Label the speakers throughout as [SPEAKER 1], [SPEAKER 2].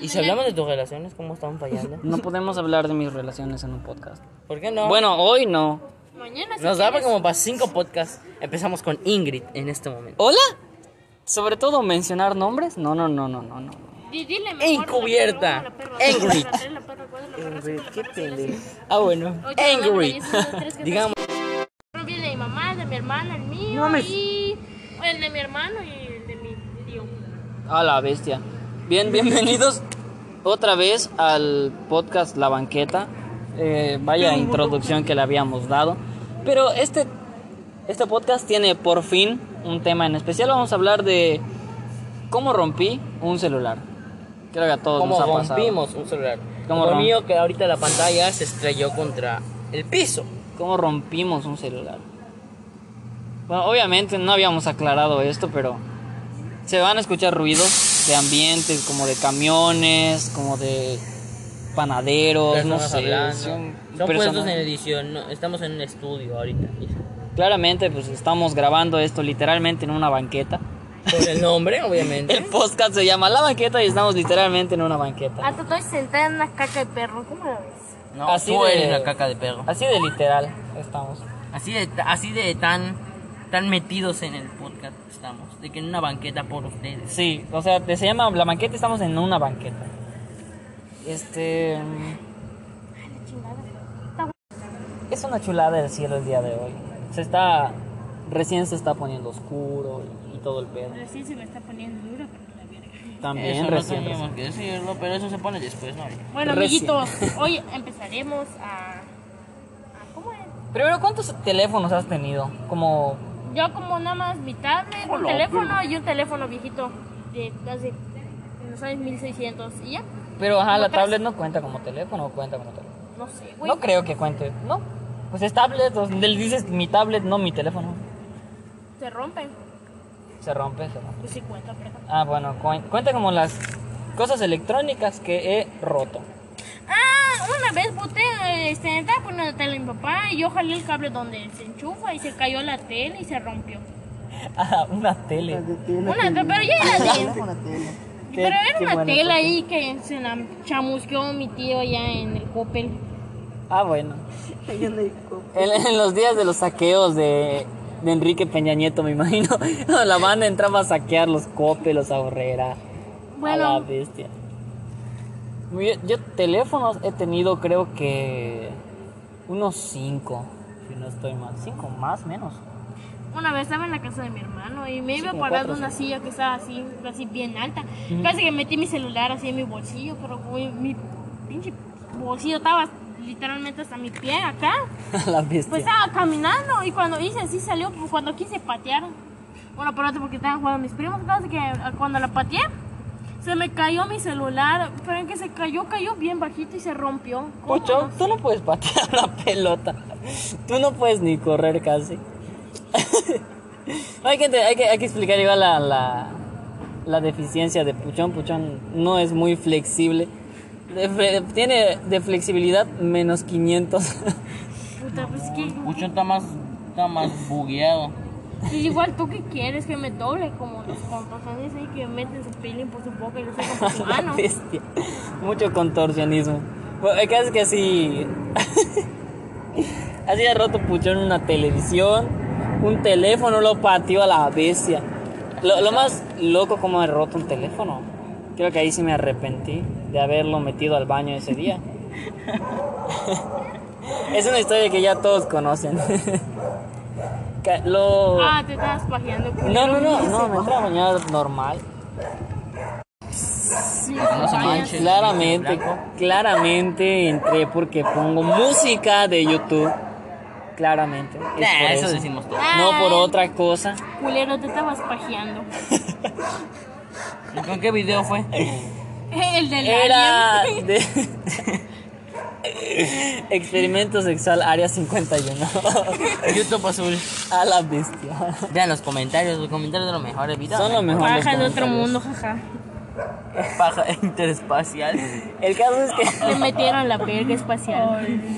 [SPEAKER 1] ¿Y si hablamos de tus relaciones, cómo están fallando?
[SPEAKER 2] No podemos hablar de mis relaciones en un podcast.
[SPEAKER 1] ¿Por qué no?
[SPEAKER 2] Bueno, hoy no.
[SPEAKER 3] Mañana si
[SPEAKER 1] nos daba
[SPEAKER 3] quieres.
[SPEAKER 1] como para cinco podcasts. Empezamos con Ingrid en este momento.
[SPEAKER 2] ¿Hola? Sobre todo mencionar nombres. No, no, no, no, no, no.
[SPEAKER 3] Di- Dile mejor.
[SPEAKER 1] Encubierta.
[SPEAKER 3] la perra, guárdala,
[SPEAKER 1] Angry.
[SPEAKER 3] la perra, la perra, guárdala, la perra, la perra, sí, la sí.
[SPEAKER 2] Ah, bueno.
[SPEAKER 3] Oye, no, no,
[SPEAKER 1] Angry.
[SPEAKER 3] no, esos son los tres que
[SPEAKER 1] Digamos,
[SPEAKER 3] me- Viene de mi mamá, de mi hermana, el mío
[SPEAKER 2] No mames.
[SPEAKER 3] y el de mi hermano y el de mi tío.
[SPEAKER 2] A la bestia. Bien, bienvenidos otra vez al podcast La Banqueta. Eh, vaya introducción que le habíamos dado. Pero este, este podcast tiene por fin un tema en especial. Vamos a hablar de cómo rompí un celular. Creo que a todos
[SPEAKER 1] como
[SPEAKER 2] nos ha pasado.
[SPEAKER 1] rompimos un celular.
[SPEAKER 2] ¿Cómo
[SPEAKER 1] Lo
[SPEAKER 2] romp-
[SPEAKER 1] mío que ahorita la pantalla se estrelló contra el piso.
[SPEAKER 2] ¿Cómo rompimos un celular? Bueno, obviamente no habíamos aclarado esto, pero se van a escuchar ruidos de ambientes, como de camiones, como de panaderos,
[SPEAKER 1] Personas
[SPEAKER 2] no sé.
[SPEAKER 1] hablando.
[SPEAKER 2] sí,
[SPEAKER 1] Son
[SPEAKER 2] un-
[SPEAKER 1] puestos
[SPEAKER 2] personas-
[SPEAKER 1] en edición. no, estamos en un estudio ahorita.
[SPEAKER 2] Claramente, pues estamos grabando esto literalmente en una banqueta.
[SPEAKER 1] Por el nombre,
[SPEAKER 2] El
[SPEAKER 1] obviamente.
[SPEAKER 2] podcast se llama La Banqueta y estamos literalmente en una banqueta.
[SPEAKER 3] Hasta estoy sentada en una caca de perro. ¿Cómo la ves?
[SPEAKER 1] No,
[SPEAKER 2] Así
[SPEAKER 1] tú
[SPEAKER 2] de-
[SPEAKER 1] eres una caca de perro.
[SPEAKER 2] Así de literal estamos.
[SPEAKER 1] Así de, así de tan, tan metidos en el podcast estamos. De que en una banqueta por ustedes.
[SPEAKER 2] Sí, o sea, se llama La Banqueta y estamos en una banqueta. Este... mm,
[SPEAKER 3] La chingada.
[SPEAKER 2] Es una chulada el cielo el día de hoy. Se está. Recién se está poniendo oscuro y, y todo el pedo.
[SPEAKER 3] Recién se me está poniendo duro porque la verga.
[SPEAKER 2] También
[SPEAKER 1] eso
[SPEAKER 2] recién.
[SPEAKER 1] no
[SPEAKER 2] recién.
[SPEAKER 1] teníamos que decirlo, pero eso se pone después, ¿no?
[SPEAKER 3] Bueno,
[SPEAKER 2] Recién.
[SPEAKER 3] amiguitos, hoy empezaremos a. a- ¿Cómo es?
[SPEAKER 2] Primero, ¿cuántos teléfonos has tenido? Como.
[SPEAKER 3] Yo como nada más mi tablet, un
[SPEAKER 2] Hola,
[SPEAKER 3] teléfono y un teléfono viejito de casi, no sabes, 1600 y ya.
[SPEAKER 2] Pero, ajá,
[SPEAKER 3] Como
[SPEAKER 2] la
[SPEAKER 3] tres.
[SPEAKER 2] tablet no cuenta como teléfono o cuenta como teléfono.
[SPEAKER 3] No sé, güey.
[SPEAKER 2] No creo que cuente, ¿no? Pues es tablet, o sea, le dices mi tablet, no mi teléfono.
[SPEAKER 3] Se rompen.
[SPEAKER 2] Se rompe, se rompe.
[SPEAKER 3] Pues sí cuenta, pero...
[SPEAKER 2] Ah, bueno, cuen- cuenta como las cosas electrónicas que he roto.
[SPEAKER 3] Ah, una vez boté, eh, este, estaba poniendo tele a mi papá y yo jalé el cable donde se enchufa y se cayó la tele y se rompió.
[SPEAKER 2] Ah, una tele.
[SPEAKER 3] Una, pero ya era de...
[SPEAKER 2] Qué-
[SPEAKER 3] Pero era
[SPEAKER 2] qué
[SPEAKER 3] una
[SPEAKER 2] bueno,
[SPEAKER 3] tela
[SPEAKER 2] porque-
[SPEAKER 3] ahí que se la chamusqueó mi tío allá en el Coppel.
[SPEAKER 2] Ah, bueno. en, en los días de los saqueos de, de Enrique Peña Nieto, me imagino, la banda entraba a saquear los copes, los ahorrera. A la
[SPEAKER 3] Bueno.
[SPEAKER 2] bestia. Yo, yo teléfonos he tenido, creo que unos cinco, si no estoy mal. Cinco más, menos.
[SPEAKER 3] Una vez estaba en la casa de mi hermano y me
[SPEAKER 2] Ah, Sí,
[SPEAKER 3] iba
[SPEAKER 2] como
[SPEAKER 3] parado
[SPEAKER 2] cuatro,
[SPEAKER 3] en una silla que estaba así, así bien alta. Casi que metí mi celular así en mi bolsillo, pero güey, mi pinche bolsillo estaba literalmente hasta mi pie acá.
[SPEAKER 2] A la bestia.
[SPEAKER 3] Pues estaba caminando y cuando hice así salió, pues, cuando quise patear. Bueno, pero porque estaban jugando mis primos, casi que ah, cuando la pateé, se me cayó mi celular, pero en que se cayó, cayó bien bajito y se rompió. ¿Cómo?
[SPEAKER 2] Pocho, tú no puedes patear la pelota. Tú no puedes ni correr casi. hay, que, te- hay, que, hay que explicar igual la, la, la deficiencia de Puchón. Puchón no es muy flexible. De fle- tiene de flexibilidad menos 500.
[SPEAKER 3] Puta, pues que...
[SPEAKER 1] Pucho está más, está más bugueado.
[SPEAKER 3] Pues igual tú que quieres que me doble como los contorsiones ahí que meten su peeling por su boca y lo sacan por su
[SPEAKER 2] La
[SPEAKER 3] mano.
[SPEAKER 2] bestia. Mucho contorsionismo. Bueno, el caso es que así. así de roto puchón una televisión, un teléfono, lo pateó a la bestia. Lo, lo más loco, como he roto un teléfono. Creo que ahí sí me arrepentí de haberlo metido al baño ese día. es una historia que ya todos conocen. Ca- lo...
[SPEAKER 3] Ah, te estabas pajeando.
[SPEAKER 2] No, no, no, no, me entré a bañar normal.
[SPEAKER 1] se
[SPEAKER 3] Sí, vaya.
[SPEAKER 1] manche.
[SPEAKER 2] Claramente,
[SPEAKER 1] Blanco.
[SPEAKER 2] claramente entré porque pongo música de YouTube. Claramente. es por
[SPEAKER 1] Nah, eso
[SPEAKER 2] eso.
[SPEAKER 1] decimos todos.
[SPEAKER 2] No por otra cosa.
[SPEAKER 3] Culero, te estabas pajeando.
[SPEAKER 1] ¿Y ¿Con qué video fue?
[SPEAKER 3] El del
[SPEAKER 2] Era
[SPEAKER 3] alien.
[SPEAKER 2] de... Experimento sexual área 51.
[SPEAKER 1] YouTube azul.
[SPEAKER 2] A la bestia.
[SPEAKER 1] Vean los comentarios, los comentarios de los mejores videos.
[SPEAKER 2] Son los mejores.
[SPEAKER 3] Paja de otro
[SPEAKER 2] comentarios.
[SPEAKER 3] mundo, jaja.
[SPEAKER 1] Paja interespacial.
[SPEAKER 2] El caso es que...
[SPEAKER 3] Le metieron la verga espacial.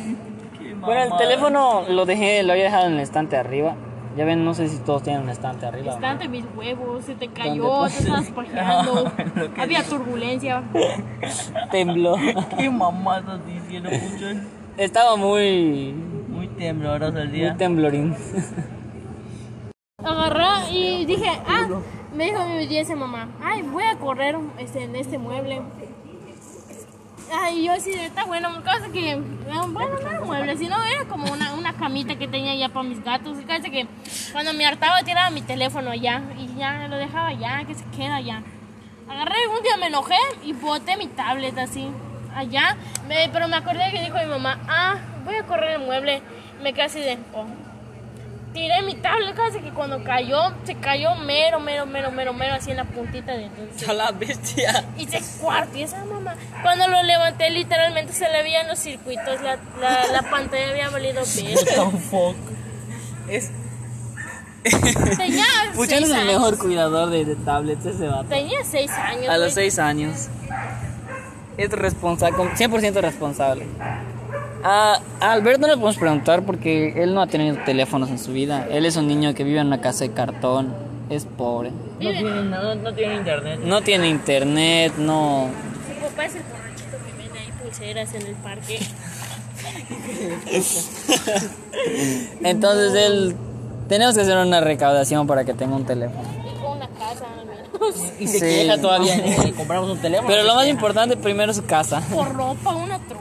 [SPEAKER 2] Bueno, el teléfono lo dejé, lo había dejado en el estante de arriba. Ya ven, no sé si todos tienen un estante arriba. ¿no?
[SPEAKER 3] Estante mis huevos, se te
[SPEAKER 2] ¿Dónde
[SPEAKER 3] cayó, te
[SPEAKER 2] puse?
[SPEAKER 3] estabas pajeando.
[SPEAKER 1] Lo que
[SPEAKER 3] Había
[SPEAKER 1] digo.
[SPEAKER 3] turbulencia.
[SPEAKER 2] Tembló.
[SPEAKER 1] Qué mamadas diciendo, muchachos.
[SPEAKER 2] Estaba muy,
[SPEAKER 1] Muy tembloroso el
[SPEAKER 2] muy
[SPEAKER 1] día.
[SPEAKER 2] temblorín.
[SPEAKER 3] Agarré y dije, ah, me dijo mi belleza mamá, ay, voy a correr este, en este mueble. Ay, yo sí, está bueno, cosa que, bueno, no era un mueble, sino era como una, una camita que tenía ya para mis gatos. Y cosa que cuando me hartaba tiraba mi teléfono ya y ya lo dejaba ya, que se queda ya. Agarré un día me enojé y boté mi tablet así allá, Me- pero me acordé que dijo mi mamá, ah, voy a correr el mueble. Me quedé así de, oh, Tiré mi tablet casi que cuando cayó, se cayó mero, mero, mero, mero, mero, así en la puntita de entonces.
[SPEAKER 2] A la bestia.
[SPEAKER 3] Y se cuarto, esa mamá. Cuando lo levanté, literalmente se le veían los circuitos, la, la, la pantalla había valido ver.
[SPEAKER 1] What the fuck. Es
[SPEAKER 3] Tenía
[SPEAKER 2] Puchón
[SPEAKER 3] seis
[SPEAKER 2] es el
[SPEAKER 3] años.
[SPEAKER 2] mejor cuidador de, de tablets ese vato.
[SPEAKER 3] Tenía seis años.
[SPEAKER 2] A los
[SPEAKER 3] güey.
[SPEAKER 2] 6 años. Es responsable, 100% responsable. A, a Alberto no le podemos preguntar porque él no ha tenido teléfonos en su vida. Él es un niño que vive en una casa de cartón. Es pobre.
[SPEAKER 1] No tiene, no, no tiene internet.
[SPEAKER 2] No tiene internet, no.
[SPEAKER 3] Su papá es el borrachito que vende ahí pulseras en el parque.
[SPEAKER 2] Entonces él. Tenemos que hacer una recaudación para que tenga un teléfono.
[SPEAKER 3] Y con una casa, al menos.
[SPEAKER 1] Y se
[SPEAKER 2] Sí.
[SPEAKER 1] queja todavía. Le compramos un teléfono.
[SPEAKER 2] Pero lo
[SPEAKER 1] se
[SPEAKER 2] más
[SPEAKER 1] queja.
[SPEAKER 2] importante primero es su casa.
[SPEAKER 3] Por ropa, una troca.